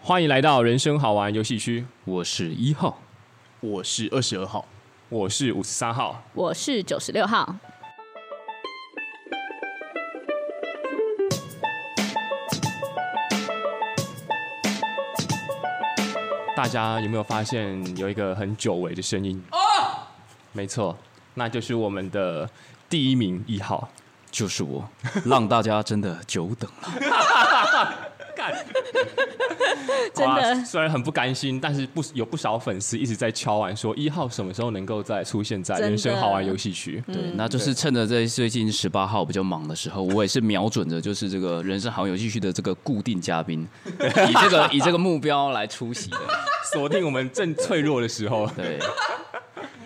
欢迎来到人生好玩游戏区，我是一号，我是二十二号，我是五十三号。我是九十六号，大家有没有发现有一个很久违的声音？哦，没错，那就是我们的第一名一号。就是我，让大家真的久等了。 真的哇虽然很不甘心，但是不有不少粉丝一直在敲碗说一号什么时候能够再出现在真的人生好玩游戏区？对，那就是趁着这最近十八号比较忙的时候，我也是瞄准着就是这个人生好游戏区的这个固定嘉 宾，以这个以这个目标来出席的。锁定我们正脆弱的时候。对，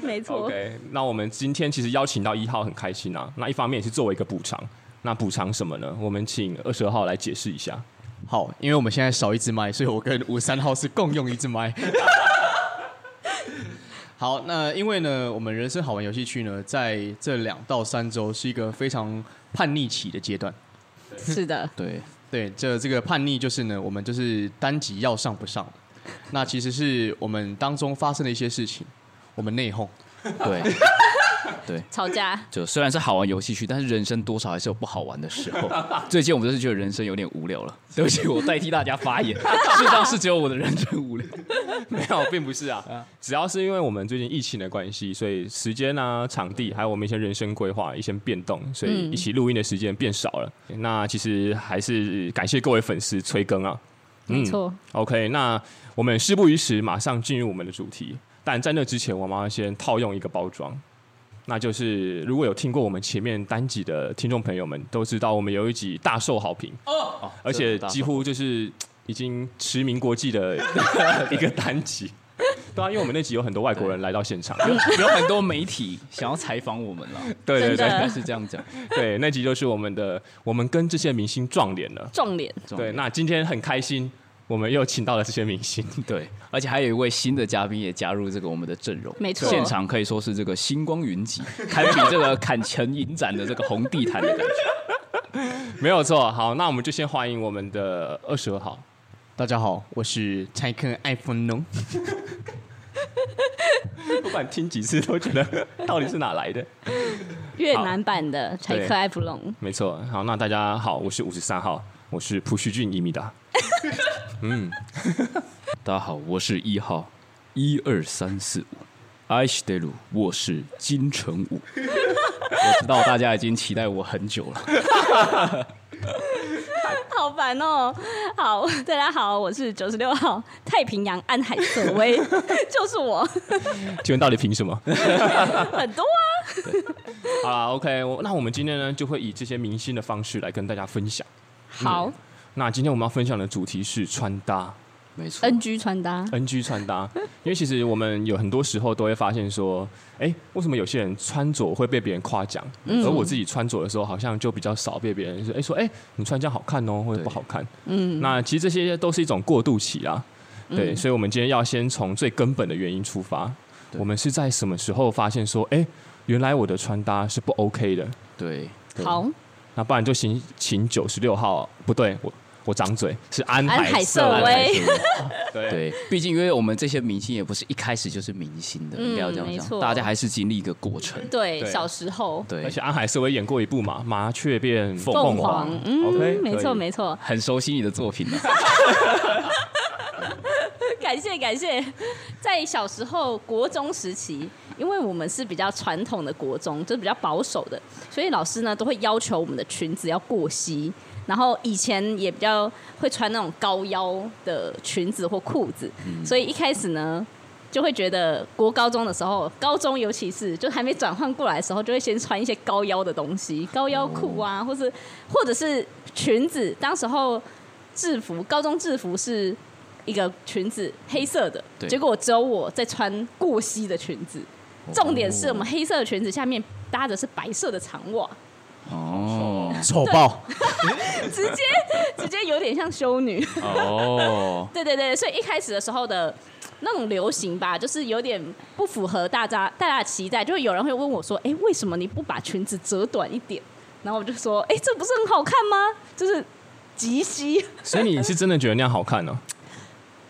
没错 OK，那我们今天其实邀请到一号很开心啊。那一方面也是作为一个补偿，那补偿什么呢？我们请二十二号来解释一下。好，因为我们现在少一支麦，所以我跟五三号是共用一支麦。 好，那因为呢，我们人生好玩游戏区呢，在这两到三周是一个非常叛逆期的阶段。是的，对，对，这这个叛逆就是呢，我们就是单集要上不上，那其实是我们当中发生的一些事情，我们内讧。 对，吵架就虽然是好玩游戏区，但是人生多少还是有不好玩的时 候。最近我们就是觉得人生有点无聊了。对不起，我代替大家发言。 事实上是只有我的人生无聊。没有，并不是啊，只要是因为我们最近疫情的关系，所以时间啊、场地还有我们一些人生规划、一些变动，所以一起录音的时间变少了。那其实还是感谢各位粉丝催更啊，没错， OK，那我们事不宜迟，马上进入我们的主题。但在那之前，我们要先套用一个包装，那就是如果有听过我们前面单集的听众朋友们，都知道我们有一集大受好评，哦而且几乎就是已经驰名国际的一个单集。对啊，因为我们那集有很多外国人来到现场， 有很多媒体想要采访我们了。对对真的对应该是这样讲。对，那集就是我们的，我们跟这些明星撞脸了。撞脸，对，那今天很开心，我们又请到了这些明星。对，而且还有一位新的嘉宾也加入这个我们的阵容，没错现场可以说是这个星光云集，堪比这个坎城影展的这个红地毯的感觉。 没有错，好，那我们就先欢迎我们的二十二号。大家好，我是蔡克艾风农。不管听几次都觉得到底是哪来的。越南版的柴克艾弗隆， 没错，好，那大家好，我是五十三号，我是朴叙俊伊米达。大家好，我是一号，一二三四五。艾希德鲁，我是金城武。我知道大家已经期待我很久了。好烦哦。好，大家好，我是九十六号太平洋安海瑟 薇，就是我，请问到底凭什么？很多啊， 嗯好啦 o k 我那我们今天呢就会以这些明星的方式来跟大家分享。好那今天我们要分享的主题是穿搭没错， ，NG 穿搭， ，NG 穿搭，因为其实我们有很多时候都会发现说，哎、为什么有些人穿着会被别人夸奖，而我自己穿着的时候好像就比较少被别人说，哎、说哎、诶你穿这样好看哦，或者不好看。嗯，那其实这些都是一种过渡期啊，对，所以我们今天要先从最根本的原因出发，对我们是在什么时候发现说，哎、原来我的穿搭是不 OK 的？对，好，那不然就请请九十六号，不对，我我长嘴是安安海海瑟瑟薇薇安海瑟薇对对，毕竟因为我们这些明星也不是一开始就是明星的，嗯不要这样没想，错嗯大家还是经历一个过程。对，对小时候。对，而且安海瑟薇演过一部嘛，《麻雀变凤凰》凤凰， OK，嗯，没可错以没错，很熟悉你的作品了。感谢感谢。在小时候国中时期，因为我们是比较传统的国中，就是比较保守的，所以老师呢都会要求我们的裙子要过膝。然后以前也比较会穿那种高腰的裙子或裤子，所以一开始呢就会觉得国高中的时候，高中尤其是就还没转换过来的时候，就会先穿一些高腰的东西，高腰裤啊，或是或者是裙子。当时候制服，高中制服是一个裙子，黑色的，对结果只有我在穿过膝的裙子。重点是我们黑色的裙子下面搭的是白色的长袜， 哦丑爆！直接直接有点像修女。 哦，对对对，所以一开始的时候的那种流行吧，就是有点不符合大家大家的期待，就会有人会问我说：“哎，为什么你不把裙子折短一点？”然后我就说：“哎，这不是很好看吗？”就是及膝，所以你是真的觉得那样好看呢、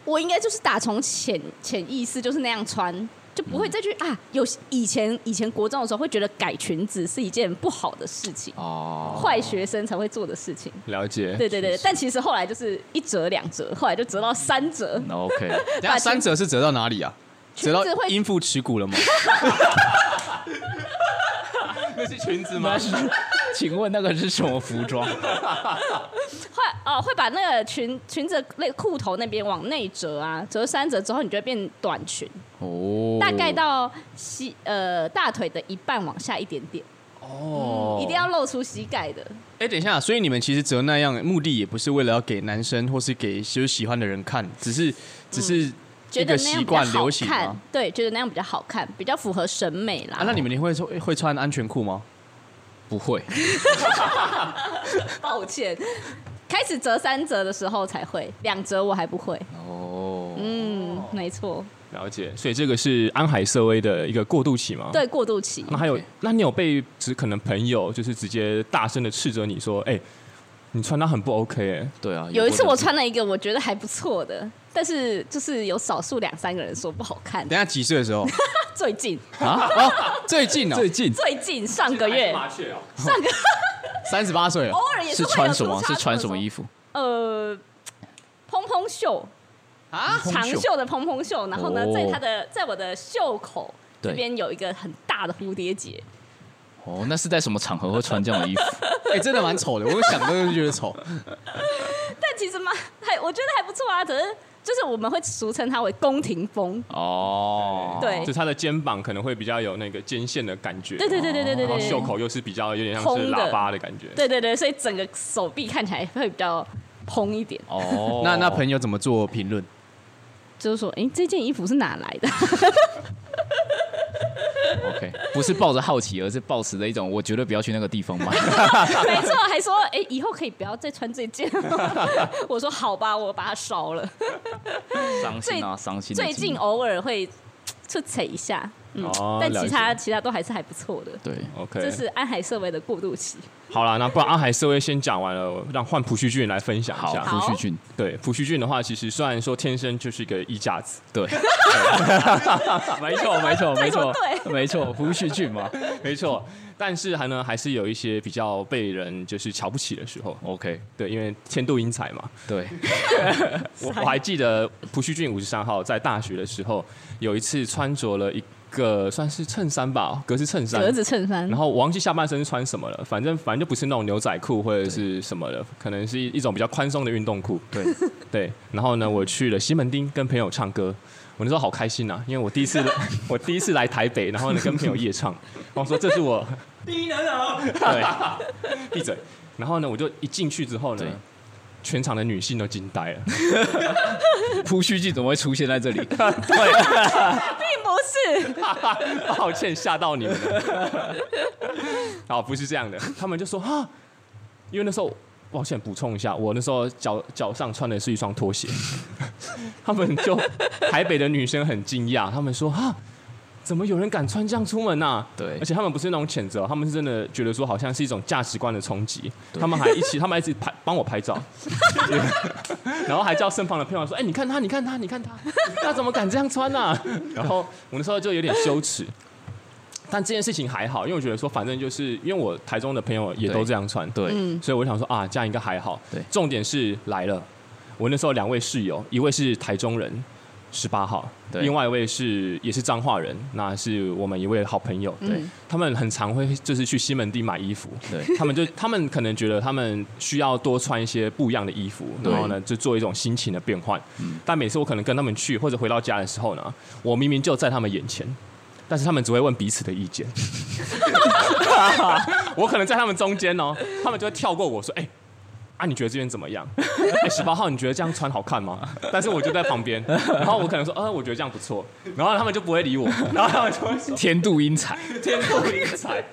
我应该就是打从潜潜意识就是那样穿，就不会再去、啊。有以前以前国中的时候会觉得改裙子是一件不好的事情，哦，坏学生才会做的事情。了解。对对对，但其实后来就是一折两折，后来就折到三折。嗯那 OK，等下三折是折到哪里啊？裙折子到会阴腹耻骨了吗？那是裙子吗那？是，请问那个是什么服装？会哦，会把那个裙裙子那个裤头那边往内折啊，折三折之后，你就会变短裙，哦，大概到膝呃大腿的一半往下一点点，嗯哦一定要露出膝盖的。哎，等一下，所以你们其实折那样，目的也不是为了要给男生或是给就是喜欢的人看，只是只是嗯觉一得个那样比习较惯好流行看啊嘛。，对，觉得那样比较好看，比较符合审美啦。啊，那你们会穿会穿安全裤吗？不会。抱歉，开始折三折的时候才会，两折我还不会。哦，嗯，没错，哦了解，所以这个是安海瑟薇的一个过渡期吗？。对，过渡期那还有，那你有被只可能朋友就是直接大声的斥责你说，哎、你穿搭很不 OK 哎、对啊，有一次过我这穿了一个我觉得还不错的，但是就是有少数两三个人说不好看。等一下几岁的 时候最近啊？哦，最近哦，最近最近上个月雀哦，三十八岁了偶。尔也是会有穿什么？出差是错穿的什么时候衣服？呃，蓬蓬袖啊，长袖的蓬蓬袖，然后呢，哦在它的在我的袖口对这边有一个很大的蝴蝶结，哦，那是在什么场合会穿这样 的衣服？哎、真的蛮丑的，我想到就觉 得丑。，哦但其实嘛， 还我觉得还不错啊，只是就是我们会俗称它为宫廷风，哦，对就是他的肩膀可能会比较有那个肩线的感觉，对对对对对对哦然后对，袖口又是比较有点像空是的喇叭的感觉，对对对，所以整个手臂看起来会比较蓬一点，哦 那那朋友怎么做评论？就是说，哎，这件衣服是哪来的？ OK，不是抱着好奇，而是抱持着一种我绝对不要去那个地方 买。没错，还说，哎，以后可以不要再穿这件 了。我说好吧，我把它烧 了。伤心啊，伤心的经最历。近哦偶尔会出扯一下，嗯，哦但其了他其他都还是还不错的。对， OK，这是安海社会的过渡期，好啦，那不然安海社会先讲完了，我让换朴叙俊来分享一好，下。好胡旭俊，对，朴叙俊的话，其实虽然说天生就是一个衣架子，对， 没错，没错， 没错，没错，胡旭俊嘛嗯没错，但是还呢还是有一些比较被人就是瞧不起的时候。 ，OK，对，因为天妒英才嘛。对，我我还记得朴叙俊五十三号在大学的时候，有一次穿着了一个算是衬衫吧，哦格子衬衫，格子衬衫然。后我忘记下半身是穿什么了，反正反正就不是那种牛仔裤或者是什么的，可能是一一种比较宽松的运动裤。对对，然后呢，我去了西门町跟朋友唱歌，我那时候好开心啊，因为我第一次 我第一次来台北，然后呢跟朋友夜唱，我说这是我第一男友，对， 闭嘴。然后呢，我就一进去之后呢对，全场的女性都惊呆了， 胡旭俊怎么会出现在这里？并 不是， 抱歉吓到你们了。好，不是这样的，他们就说啊，因为那时候抱歉补充一下，我那时候脚脚上穿的是一双拖鞋， 他们就台北的女生很惊讶，他们说啊。怎么有人敢穿这样出门呐、啊？对而且他们不是那种谴责，他们是真的觉得说好像是一种价值观的冲击。他们还一起，他们还一直拍帮我拍照， 然后还叫身旁的朋友说：“哎、你看他，你看他，你看他， 他怎么敢这样穿呢、啊？”然后我那时候就有点羞耻，但这件事情还好，因为我觉得说，反正就是因为我台中的朋友也都这样穿，对，嗯所以我想说啊，这样应该还好。对重点是来了，我那时候两位室友，一位是台中人，十八号，对另外一位是也是彰化人，那是我们一位好朋友，对，他们很常会就是去西门町买衣服，对 他们就他们可能觉得他们需要多穿一些不一样的衣服，对然后呢就做一种心情的变换。但每次我可能跟他们去或者回到家的时候呢，我明明就在他们眼前，但是他们只会问彼此的意见。我可能在他们中间哦，他们就会跳过我说：“哎、啊，你觉得这边怎么样？哎、十八号，你觉得这样穿好看吗？”但是我就在旁边，然后我可能说：“呃，我觉得这样不错。”然后他们就不会理我，然后他们就会说天妒英才，：“天赋异才。”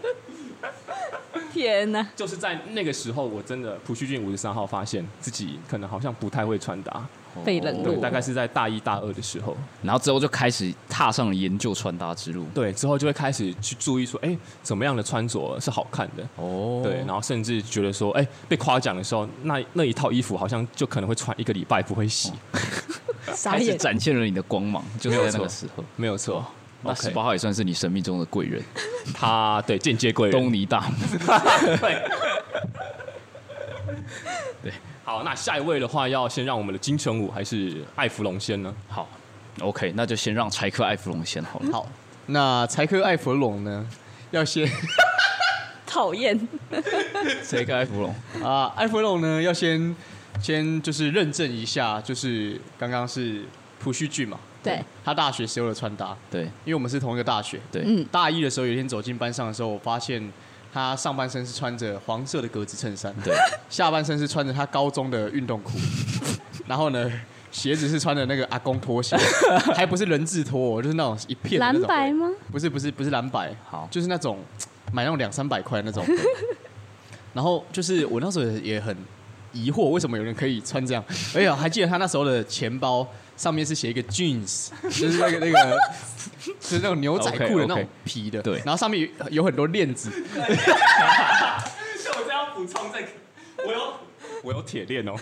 天哪！就是在那个时候，我真的朴叙俊五十三号发现自己可能好像不太会穿搭，哦被冷对，落大概是在大一大二的时候，然后之后就开始踏上了研究穿搭之路。对，之后就会开始去注意说，哎、怎么样的穿着是好看的，哦对，然后甚至觉得说，哎、被夸奖的时候，那那一套衣服好像就可能会穿一个礼拜不会洗，傻开始眼。展现了你的光芒，就是在那个时候。没有错，那 OK 十八号也算是你生命中的贵人，他对间接贵人。东尼大姆。好，那下一位的话，要先让我们的金城武还是艾芙龙先呢？好，OK，那就先让柴克艾弗隆先好了。好，那柴克艾弗隆呢？要先讨厌， 柴克艾弗隆，啊，艾弗隆呢要先先就是认证一下，就是刚刚是朴叙俊嘛，对，他大学时候的穿搭，对因为我们是同一个大学。对，嗯大一的时候，有一天走进班上的时候，我发现他上半身是穿着黄色的格子衬衫，对，下半身是穿着他高中的运动裤，然后呢，鞋子是穿着那个阿公拖鞋，还不是人字拖哦，就是那种一片的那蓝种白吗？不是不是不是蓝白，好就是那种买那种两三百块那 种。然后就是我那时候也很疑惑，为什么有人可以穿这样？而且我还记得他那时候的钱包上面是写一个 jeans，就是那个那个就是那种牛仔裤的 OK，OK 那种皮的，对然后上面有有很多链子，我这要补充这个，我有我有铁链 哦。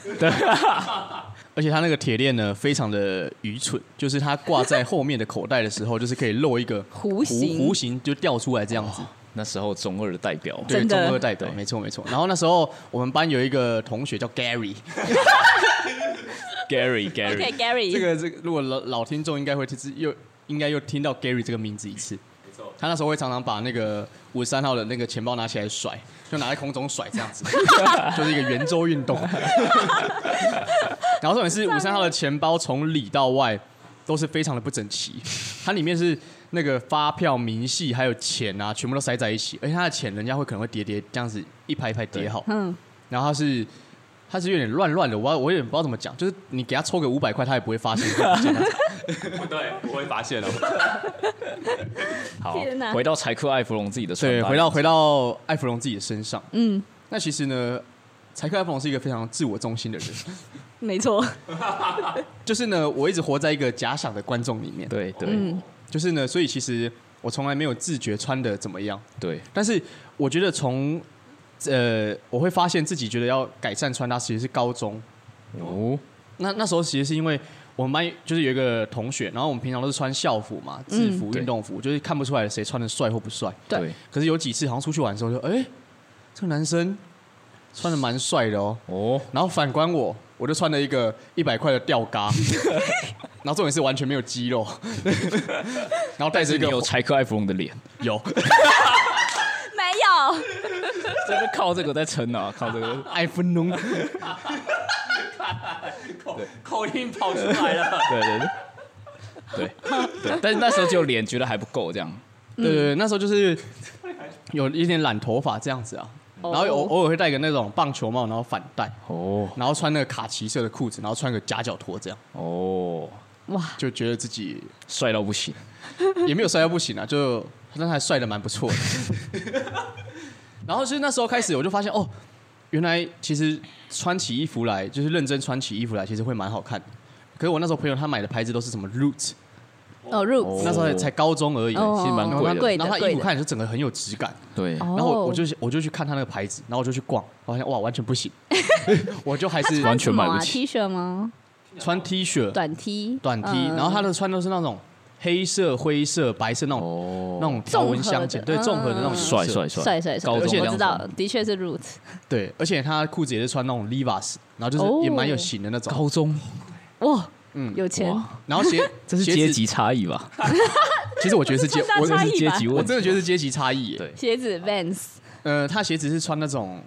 而且他那个铁链呢非常的愚蠢，就是他挂在后面的口袋的时候，就是可以露一个弧形哦弧形就掉出来这样子。那时候中二的代表，对，真中的二代表，没错没错。然后那时候我们班有一个同学叫 Gary， Gary OK Gary， Gary，这个这个，如果老老听众应该会就是又应该又听到 Gary 这个名字一次。没错，他那时候会常常把那个五十三号的那个钱包拿起来甩，就拿在空中甩这样 子，就是一个圆周运动。然后重点是五十三号的钱包从里到外都是非常的不整齐，它里面是那个发票、明细还有钱啊，全部都塞在一起，而且它的钱人家会可能会叠叠这样子一排一排叠好，嗯，然后它是它是有点乱乱的，我我有点不知道怎么讲，就是你给他抽个五百块，他也不会发现。不对，我会发现哦。 好天哪，回到柴克艾弗隆自己的穿对，搭回到回到艾弗隆自己的身上，嗯，那其实呢，柴克艾弗隆是一个非常自我中心的人，没错，就是呢，我一直活在一个假想的观众里面，对对嗯，就是呢，所以其实我从来没有自觉穿的怎么样，对，但是我觉得从呃，我会发现自己觉得要改善穿搭，其实是高中，哦，那那时候其实是因为我们班就是有一个同学，然后我们平常都是穿校服嘛，制服、嗯对运动服，就是看不出来谁穿的帅或不帅。对，可是有几次好像出去玩的时候就，哎、这个男生穿的蛮帅的哦。哦，然后反观我，我就穿了一个一百块的吊嘎， 然后重点是完全没有肌肉， 然后带着这一个个 有柴克艾弗隆的脸，有没有，真的靠这个 在撑啊，靠这个。艾芬农，口音跑出来了。对对对，对对，但是那时候就脸觉得还不够，这样对对对，那时候就是有一点染头发这样子啊，然后偶哦偶尔会戴个那种棒球帽，然后反戴，哦然后穿那个卡其色的裤子，然后穿个夹脚拖，这样哦，哇，就觉得自己帅到不行，也没有帅到不行啊，就但还帅的蛮不错的。然后就是那时候开始，我就发现哦，原来其实穿起衣服来，就是认真穿起衣服来，其实会蛮好看的。可是我那时候朋友他买的牌子都是什么 Root，、哦 Roots，那时候才才高中而已，哦其实蛮贵的蛮贵然后的，他衣贵服的，看起来就整个很有质感。对，哦然后我我就我就去看他那个牌子，然后我就去逛，我发现哇完全 不行，我就还是完什全么买啊不起。 T 恤吗？穿 T 恤、短 T，短 T，嗯然后他的穿都是那种黑色、灰色、白色那种哦那种条纹相间，综合的对，综合的那种嗯帅色帅帅帅帅，高而我中且这样知子道，的确是 Roots，对，而且他裤子也是穿那种 Levi's，然后就是也蛮有型的那种。高中哇，嗯有钱，哇，然后鞋，这是鞋阶子，级差 异吧？其实我觉得是阶，穿搭我差异阶吧级我问题真的觉得是阶级差异耶。对鞋子 Vans，呃，他鞋子是穿那种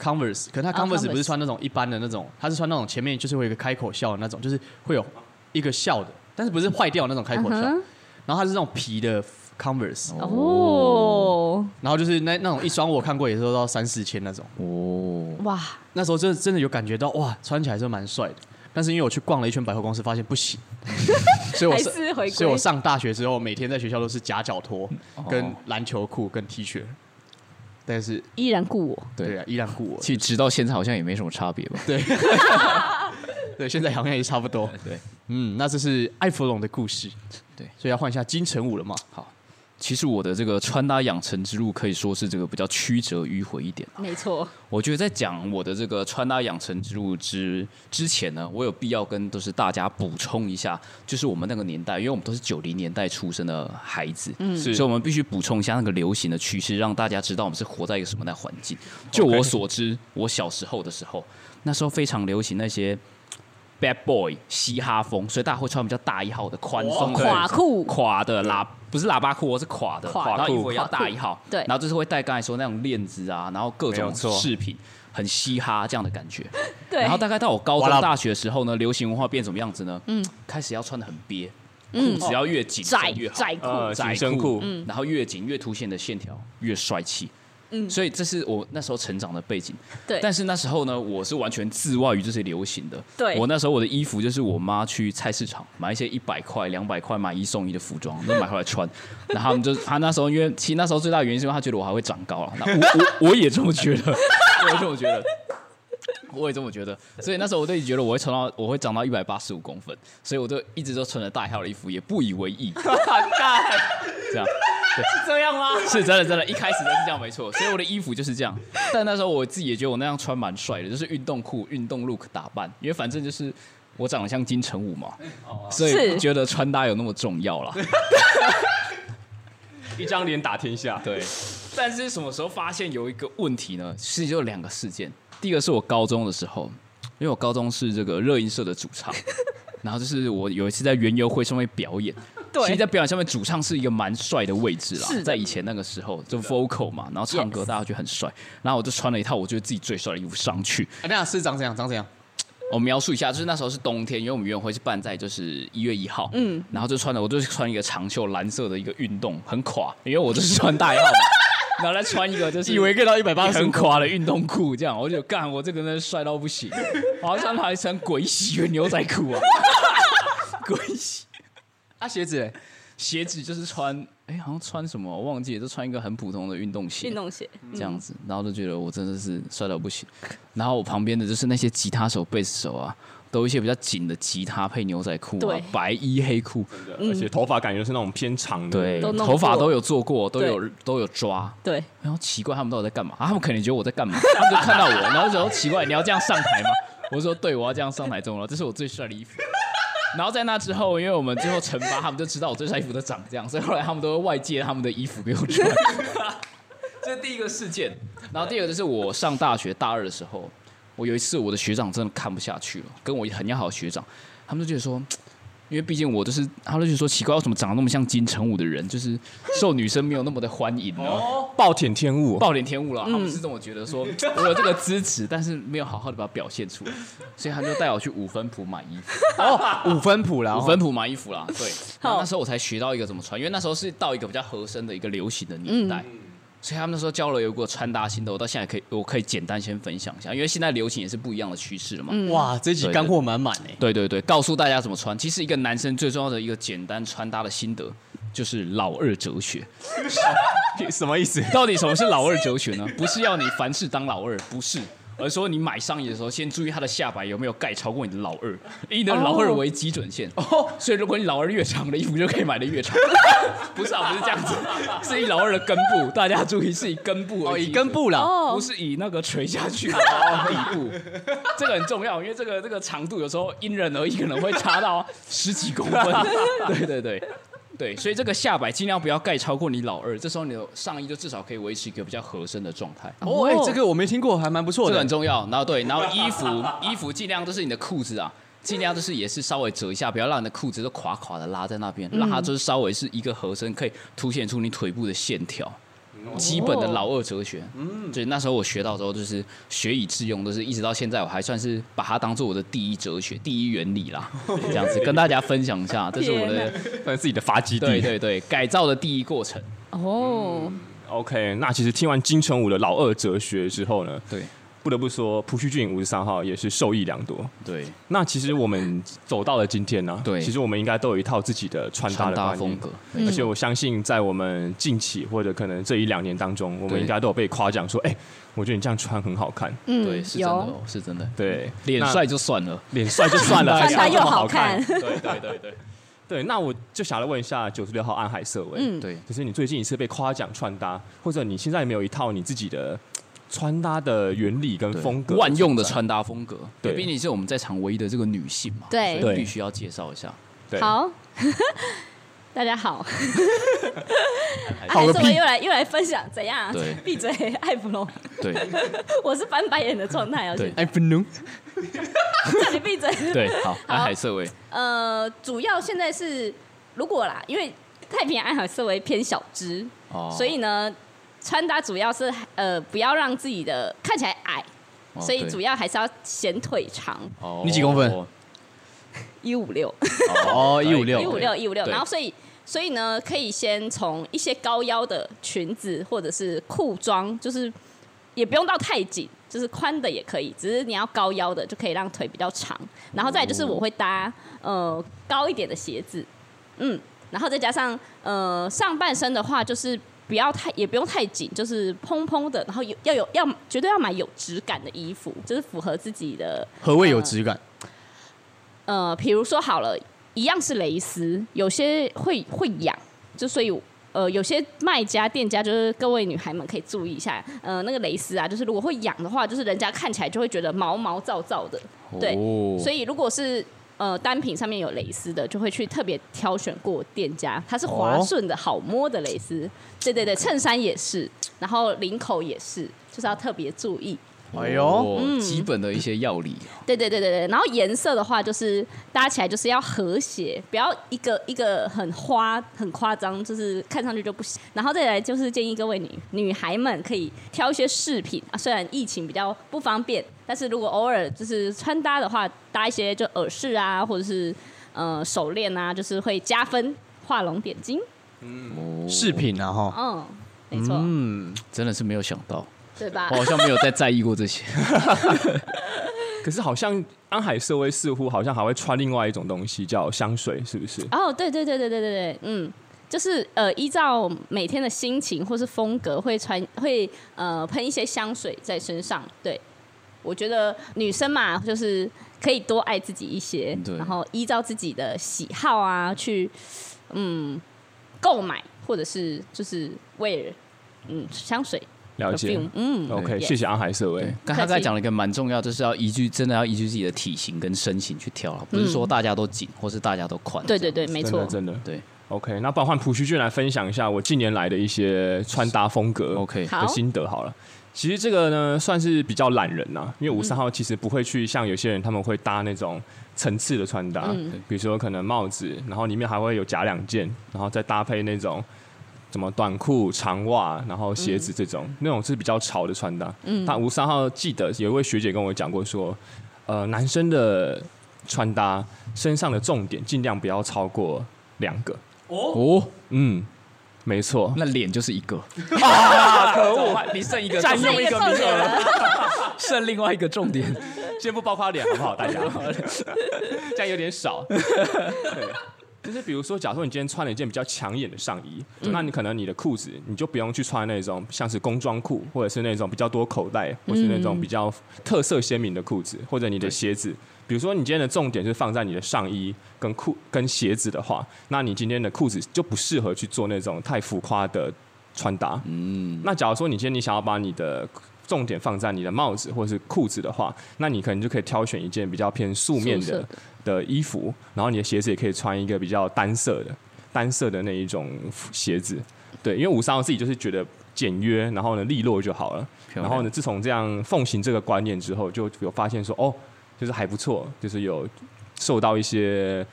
Converse，可他啊 Converse Converse 不是穿那种一般的那种，他是穿那种前面就是会有一个开口笑的那种，就是会有一个笑的，但是不是坏掉的那种开口笑。嗯然后他是那种皮的 Converse，、哼哦，然后就是那那种一双我看过也是都到三四千那种。哦，哇，那时候真的真的有感觉到哇，穿起来真的蛮帅的。但是因为我去逛了一圈百货公司，发现不行，所以我还是回归所以我上大学之后，每天在学校都是夹脚拖、跟篮球裤、跟 T 恤，但是依然故我，对对啊，依然顾我。其实直到现在好像也没什么差别吧？对，现在好像也差不多。对，嗯，那这是艾弗隆的故事。对，所以要换一下金城武了嘛？好，其实我的这个穿搭养成之路可以说是这个比较曲折迂回一点。没错，我觉得在讲我的这个穿搭养成之路之之前呢，我有必要跟就是大家补充一下，就是我们那个年代，因为我们都是九零年代出生的孩子，嗯，所是以我们必须补充一下那个流行的趋势，让大家知道我们是活在一个什么样的环境。就我所知，我小时候的时候，那时候非常流行那些 bad boy 嘻哈风，所以大家会穿比较大一号的宽松的垮裤垮的喇不是喇叭裤哦，是垮的，垮然后裤衣服也要垮大裤一号，对然后就是会戴刚才说那种链子啊，然后各没有种错饰品，很嘻哈这样的感觉。对然，后大概到我高哇啦中、大学的时候呢，流行文化变什么样子呢？嗯，开始要穿的很憋，嗯裤子要越紧窄越好，窄裤嗯呃窄紧身裤裤，然后越紧越凸显的线条越帅气。嗯，所以这是我那时候成长的背景。对但是那时候呢，我是完全自外于这些流行的。对我那时候我的衣服就是我妈去菜市场买一些一百块、两百块买一送一的服装，就买回来穿。然后他们就，他那时候因为其实那时候最大的原因是因为他觉得我还会长高了。那我我 我也这么觉得，我也这么觉得。我也这么觉得，所以那时候我就一直觉得我会穿到，我会长到一百八十五公分，所以我就一直都穿着大号的衣服，也不以 为意。这样，是这样吗？ 是真的，真的，一开始都是这样，没错。所以我的衣服就是这样，但那时候我自己也觉得我那样穿蛮帅的，就是运动裤、运动 look 打扮，因为反正就是我长得像金城武嘛，所以是不觉得穿搭有那么重要啦。一张脸打天下。对，但是什么时候发现有一个问题呢？其实就有两个事件，第一个是我高中的时候，因为我高中是这个热音社的主 唱，然后就是我有一次在园游会上面表演。对其实，在表演上面，主唱是一个蛮帅的位置啦是的，在以前那个时候，就 vocal 嘛，然后唱歌 Yes 大家觉得很帅，然后我就穿了一套我觉得自己最帅的衣服上去，哎，那是长怎样？长怎样？我描述一下，就是那时候是冬天，因为我们园游会是办在就是一月一号，嗯，然后就穿的我就是穿一个长袖蓝色的一个运动，很垮，因为我就是穿大一号 嘛，然后再穿一个就是以为可以 到一百八十很垮的运动裤，这样我就干，我这个人帅到不行， 我还穿还穿鬼洗的牛仔裤啊， 鬼洗啊，鞋子嘞？鞋子就是穿，哎、好像穿什么我忘记了，就穿一个很普通的运动鞋，运动嗯鞋，这样子，然后就觉得我真的是帅到不行。然后我旁边的就是那些吉他手、贝斯手啊，都有一些比较紧的吉他配牛仔裤啊对，白衣黑裤，而且头发感觉是那种偏长的，对，都弄头发过都有做过，都有都有抓。对，然后奇怪，他们到底在干嘛、啊他们肯定觉得我在干嘛，他们就看到我，然后就说奇怪，你要这样上台吗？我说对，我要这样上台中了，这是我最帅的衣服。然后在那之后，因为我们最后惩罚他们，就知道我最帅衣服都长这样，所以后来他们都会外借他们的衣服给我穿。 这是第一个事件，然后第二个就是我上大学大二的时候，我有一次我的学长真的看不下去了，跟我很要好的学长，他们就觉得说，因为毕竟我就是，他们就觉得说奇怪，为什么长得那么像金城武的人，就是受女生没有那么的欢迎啊呢？哦暴殄天物。暴殄天物了，他们是这么觉得说， 我有这个资质，但是没有好好的把它表现出来，所以他们就带我去五分铺买衣服，五分谱啦，五哦分铺买衣服啦，对，然好后那时候我才学到一个怎么穿，因为那时候是到一个比较合身的一个流行的年代。所以他们那时候教了有一个穿搭心得，我到现在可以，我可以简单先分享一下，因为现在流行也是不一样的趋势了嘛。哇，这集对干货满满哎。对对对，告诉大家怎么穿。其实一个男生最重要的一个简单穿搭的心得，就是老二哲学。什么意思？到底什么是老二哲学呢？不是要你凡事当老二，不是，而是说你买上衣的时候，先注意它的下摆有没有盖超过你的老二，以你的老二为基准线。哦，所以如果你老二越长的衣服就可以买的越长。 不是啊，不是这样子，是以老二的根部，大家注意是以根部哦，为基准以根。部啦，哦啊不，是以那个垂下去的底部，这个很重要，因为这个这个长度有时候因人而异，可能会差到十几公分。对对对对，所以这个下摆尽量不要盖超过你老二，这时候你的上衣就至少可以维持一个比较合身的状态。哦，哎，这个我没听过，还蛮不错这个的很。重要。然后对，然后衣服衣服尽量就是你的裤子啊，尽量就是也是稍微折一下，不要让你的裤子都垮垮的拉在那边，让它就是稍微是一个合身，可以凸显出你腿部的线条。基本的老二哲学，嗯，所以那时候我学到之后，就是学以致用，就是一直到现在，我还算是把它当做我的第一哲学、第一原理啦，这样子跟大家分享一下，这是我的算是自己的发基地。对对对改造的第一过程。哦，嗯 OK，那其实听完金城武的老二哲学之后呢，对不得不说朴叙俊五十三号也是受益良多。对，那其实我们走到了今天呢、对其实我们应该都有一套自己的穿搭穿的搭观念风格，而且我相信，在我们近期或者可能这一两年当中，我们对应该都有被夸奖说，哎、我觉得你这样穿很好看。嗯，对，是真的有哦，是真的。对，脸那帅就算了， 脸帅就算了，还穿是要搭这又么好看看。，对对对对。 对，那我就想来问一下九十六号暗海瑟薇，嗯对，就是你最近一次被夸奖穿搭，或者你现在有没有一套你自己的穿搭的原理跟对风格？万用的穿搭风格，对对，毕竟你是我们在场唯一的这个女性嘛，对所以对必须要介绍一下。对，好， 大家好，哎好个这我屁又！来又来分享怎样啊对？ 闭嘴，艾弗隆， 对我是翻白眼的状态哦，对哎，不能，叫你闭嘴。对，好，安海瑟薇，呃，主要现在是如果啦，因为太平洋爱好思维偏小只，哦所以呢，穿搭主要是呃不要让自己的看起来矮，所以主要要还是要显腿长，哦你几公分一五六，哦156一五六，一五六，对然后所以所以呢，可以先从一些高腰的裙子或者是裤装，就是也不用到太紧，就是宽的也可以，只是你要高腰的就可以让腿比较长。然后再来就是我会搭呃高一点的鞋子，嗯，然后再加上呃上半身的话就是。不要太，也不用太紧，就是蓬蓬的，然后有要有要绝对要买有质感的衣服，就是符合自己的何谓有质感？呃，比如说好了，一样是蕾丝，有些会会痒，就所以呃，有些卖家店家就是各位女孩们可以注意一下，呃，那个蕾丝啊，就是如果会痒的话，就是人家看起来就会觉得毛毛躁躁的，对，所以如果是。呃，单品上面有蕾丝的，就会去特别挑选过店家，它是滑哦顺的、好摸的蕾丝。对对对，衬衫也是，然后领口也是，就是要特别注意。哎呦，哦基本的一些要理，对对对对对，然后颜色的话，就是搭起来就是要和谐，不要一个一个很花很夸张，就是看上去就不行。然后再来就是建议各位女女孩们可以挑一些饰品啊，虽然疫情比较不方便，但是如果偶尔就是穿搭的话，搭一些就耳饰啊，或者是呃手链啊，就是会加分，画龙点睛。饰品啊哈，嗯，没错，嗯，哦真的是没有想到，对吧我？好像没有再在意过这 些。可是好像安海瑟薇似乎好像还会穿另外一种东西，叫香水，是不是？哦，对对对对对对对，嗯，就是呃，依照每天的心情或是风格，会穿会呃喷一些香水在身上。对，我觉得女生嘛，就是可以多爱自己一些，嗯对然后依照自己的喜好啊去嗯购买或者是就是 wear 嗯香水了解 perfume，。嗯 OK， yes 谢谢安海瑟薇对。，刚才在讲了一个蛮重要，就是要依据真的要依据自己的体型跟身形去挑了，不是说大家都紧或是大家都宽。嗯对对对，没真的错，真的对 OK，那不然换朴叙俊来分享一下我近年来的一些穿搭风格，OK，好的心得好了。其实这个呢，算是比较懒人呐、因为五嗯三号其实不会去像有些人他们会搭那种层次的穿搭，嗯比如说可能帽子，然后里面还会有假两件，然后再搭配那种什么短裤、长袜，然后嗯鞋子这种，那种是比较潮的穿搭。嗯，但吴三号记得有一位学姐跟我讲过说，呃，男生的穿搭身上的重点尽量不要超过两个。哦，嗯，没错，那脸就是一 个， 可怎么办，你 剩一个，占是用一个重点了。 剩另外一个重点。先不包括脸好不好，大家？这样有点少。 对就是比如说，假如说你今天穿了一件比较抢眼的上衣，那你可能你的裤子你就不用去穿那种像是工装裤，或者是那种比较多口袋，或是那种比较特色鲜明的裤子，或者你的鞋子。比如说，你今天的重点是放在你的上衣跟裤跟鞋子的话，那你今天的裤子就不适合去做那种太浮夸的穿搭。那假如说你今天你想要把你的重点放在你的帽子或是裤子的话，那你可能就可以挑选一件比较偏素面素色的的的衣服，然后你的鞋子也可以穿一个比较单色的单色的那一种鞋子。对，因为五三我自己就是觉得简约，然后呢利落就好了。然漂亮后呢，自从这样奉行这个观念之后，就有发现说哦，就是还不错，就是有受到一些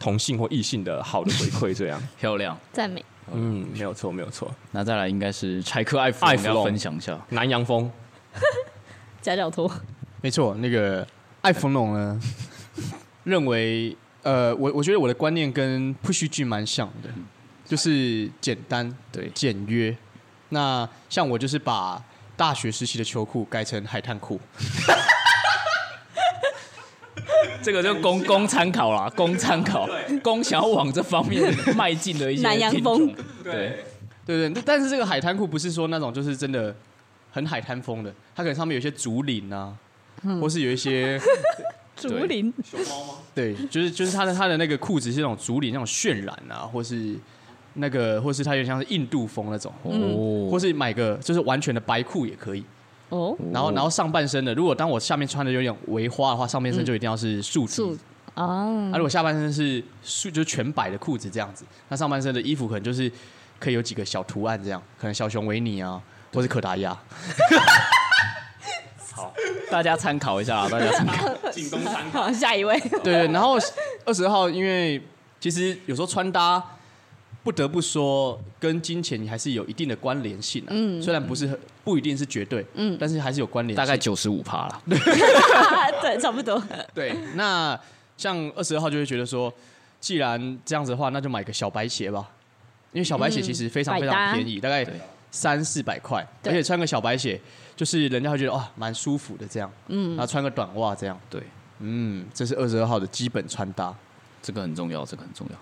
同性或异性的好的回馈，这 样。漂亮。赞美，嗯，没有错，没有错，那再来应该是柴克艾弗艾隆，弗隆要分享一下。南洋风。夹脚拖，没错，那个艾弗隆呢， 认为呃，我我觉得我的观念跟 Push G 蛮像的，就是简单对，简约。那像我就是把大学时期的秋裤改成海滩裤，这个就供供参考啦，供参考，供想要往这方面迈进的一些南洋听风众。对，对对但但是这个海滩裤不是说那种就是真的很海滩风的，它可能上面有一些竹林啊，或是有一些竹林对，就是就是他的他的那个裤子是那种竹林那种渲染啊，或是那个，或是它有点像是印度风那种，哦或是买个就是完全的白裤也可以。哦，然后然后上半身的，如果当我下面穿的有点围花的话，上半身就一定要是竖体。树啊那、，如果下半身是竖，就是全白的裤子这样子，那上半身的衣服可能就是可以有几个小图案这样，可能小熊维尼啊，或是可达鸭。大家参考一下啊，大家参考。景东参考。好，下一位，对，然后二十号，因为其实有时候穿搭不得不说跟金钱还是有一定的关联性啊。嗯虽然不是很不一定是绝对，嗯，但是还是有关联性。大概九十五趴了， 对，差不多，对，那像二十二号就会觉得说，既然这样子的话，那就买个小白鞋吧，因为小白鞋其实非嗯常百非搭常便宜，大概三四百块，而对且穿个小白鞋，就是人家会觉得哇，蛮舒服的这样，嗯，然后穿个短袜这样，对，嗯，这是二十二号的基本穿搭。这个很重要，这个很重要。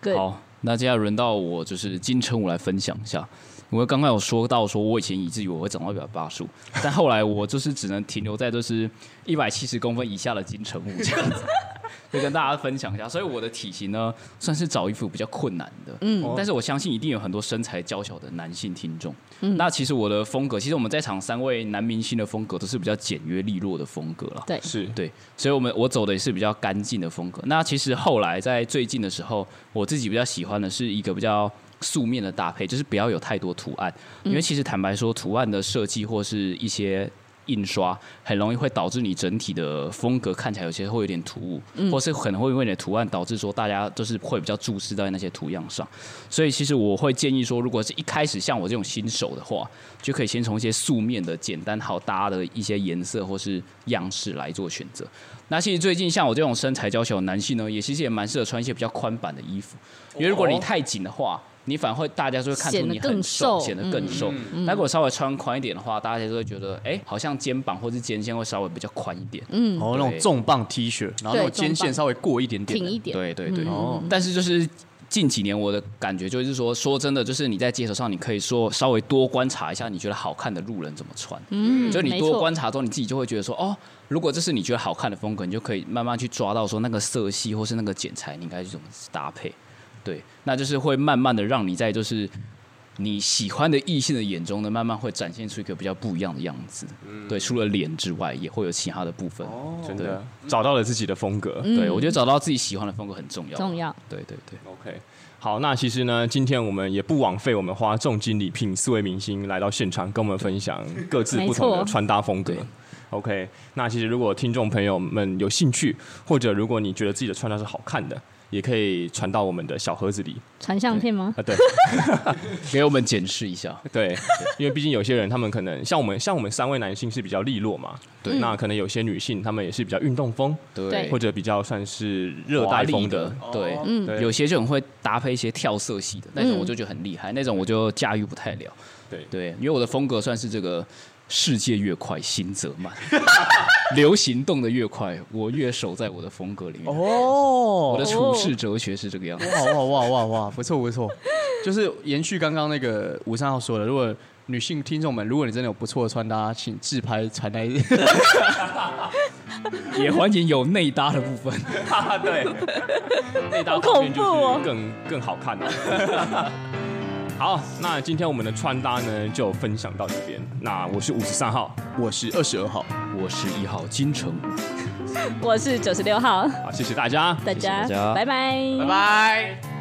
对，好，那接下来轮到我，就是金城武来分享一下。因为刚刚有说到，说我以前以至于我会长到一百八十五，但后来我就是只能停留在就是一百七十公分以下的金城武这样子， 就跟大家分享一下。所以我的体型呢，算是找衣服比较困难的，嗯，但是我相信一定有很多身材娇小的男性听众。那其实我的风格，其实我们在场三位男明星的风格都是比较简约利落的风格了，对，是对，所以我们我走的也是比较干净的风格。那其实后来在最近的时候，我自己比较喜欢的是一个比较素面的搭配，就是不要有太多图案，因为其实坦白说，图案的设计或是一些。印刷很容易会导致你整体的风格看起来有些会有点突兀，或是可能会因为你的图案导致说大家就是会比较注视在那些图样上，所以其实我会建议说，如果是一开始像我这种新手的话，就可以先从一些素面的、简单好搭的一些颜色或是样式来做选择。那其实最近像我这种身材娇小的男性呢，也其实也蛮适合穿一些比较宽版的衣服，因为如果你太紧的话，你反而会大家就会看出显得你很更瘦，瘦显得更瘦。那如果稍微穿宽一点的话，大家就会觉得，哎、好像肩膀或是肩线会稍微比较宽一点。然哦后那种对重磅 T 恤，然后那种嗯对重肩线磅稍微过一点点挺的，一点，对对对，哦但是就是近几年我的感觉就是说，说真的，就是你在街头上，你可以说稍微多观察一下，你觉得好看的路人怎么穿。嗯，就你没多错观察之后，你自己就会觉得说，哦，如果这是你觉得好看的风格，你就可以慢慢去抓到说那个色系或是那个剪裁，你应该去怎么搭配。对，那就是会慢慢的让你在就是你喜欢的异性的眼中呢，慢慢会展现出一个比较不一样的样子。嗯对，除了脸之外，也会有其他的部分。真的找到了自己的风格。对，我觉得找到自己喜欢的风格很重要。嗯重要，对对对。 OK，好，那其实呢，今天我们也不枉费我们花重金礼聘四位明星来到现场，跟我们分享各自不同没的错穿搭风格对。 OK，那其实如果听众朋友们有兴趣，或者如果你觉得自己的穿搭是好看的，也可以传到我们的小盒子里传相片吗？啊。对给我们检视一下。对，因为毕竟有些人他们可能像我们像我们三位男性是比较利落嘛，对那可能有些女性她们也是比较运动风，对或者比较算是热带风的。华丽嗯对，哦对有些就很会搭配一些跳色系的那种，我就觉得很厉害，那种我就驾驭不太了。对对，因为我的风格算是这个世界越快，心则 慢，流行动得越快，我越守在我的风格里面。哦我的处世哲学是这个样子。哇哇哇哇哇，不错不错， 就是延续刚刚那个五三号说的，如果女性听众们，如果你真的有不错的穿搭，请自拍传来。也欢迎有内搭的部分。 对，内搭好方面恐就怖是哦更更好看了。 好，那今天我们的穿搭呢就分享到这边。那我是五十三号， 我是二十二号，我是一号金城武。我是九十六号，好，谢谢大家，大谢谢大家家拜拜，拜拜。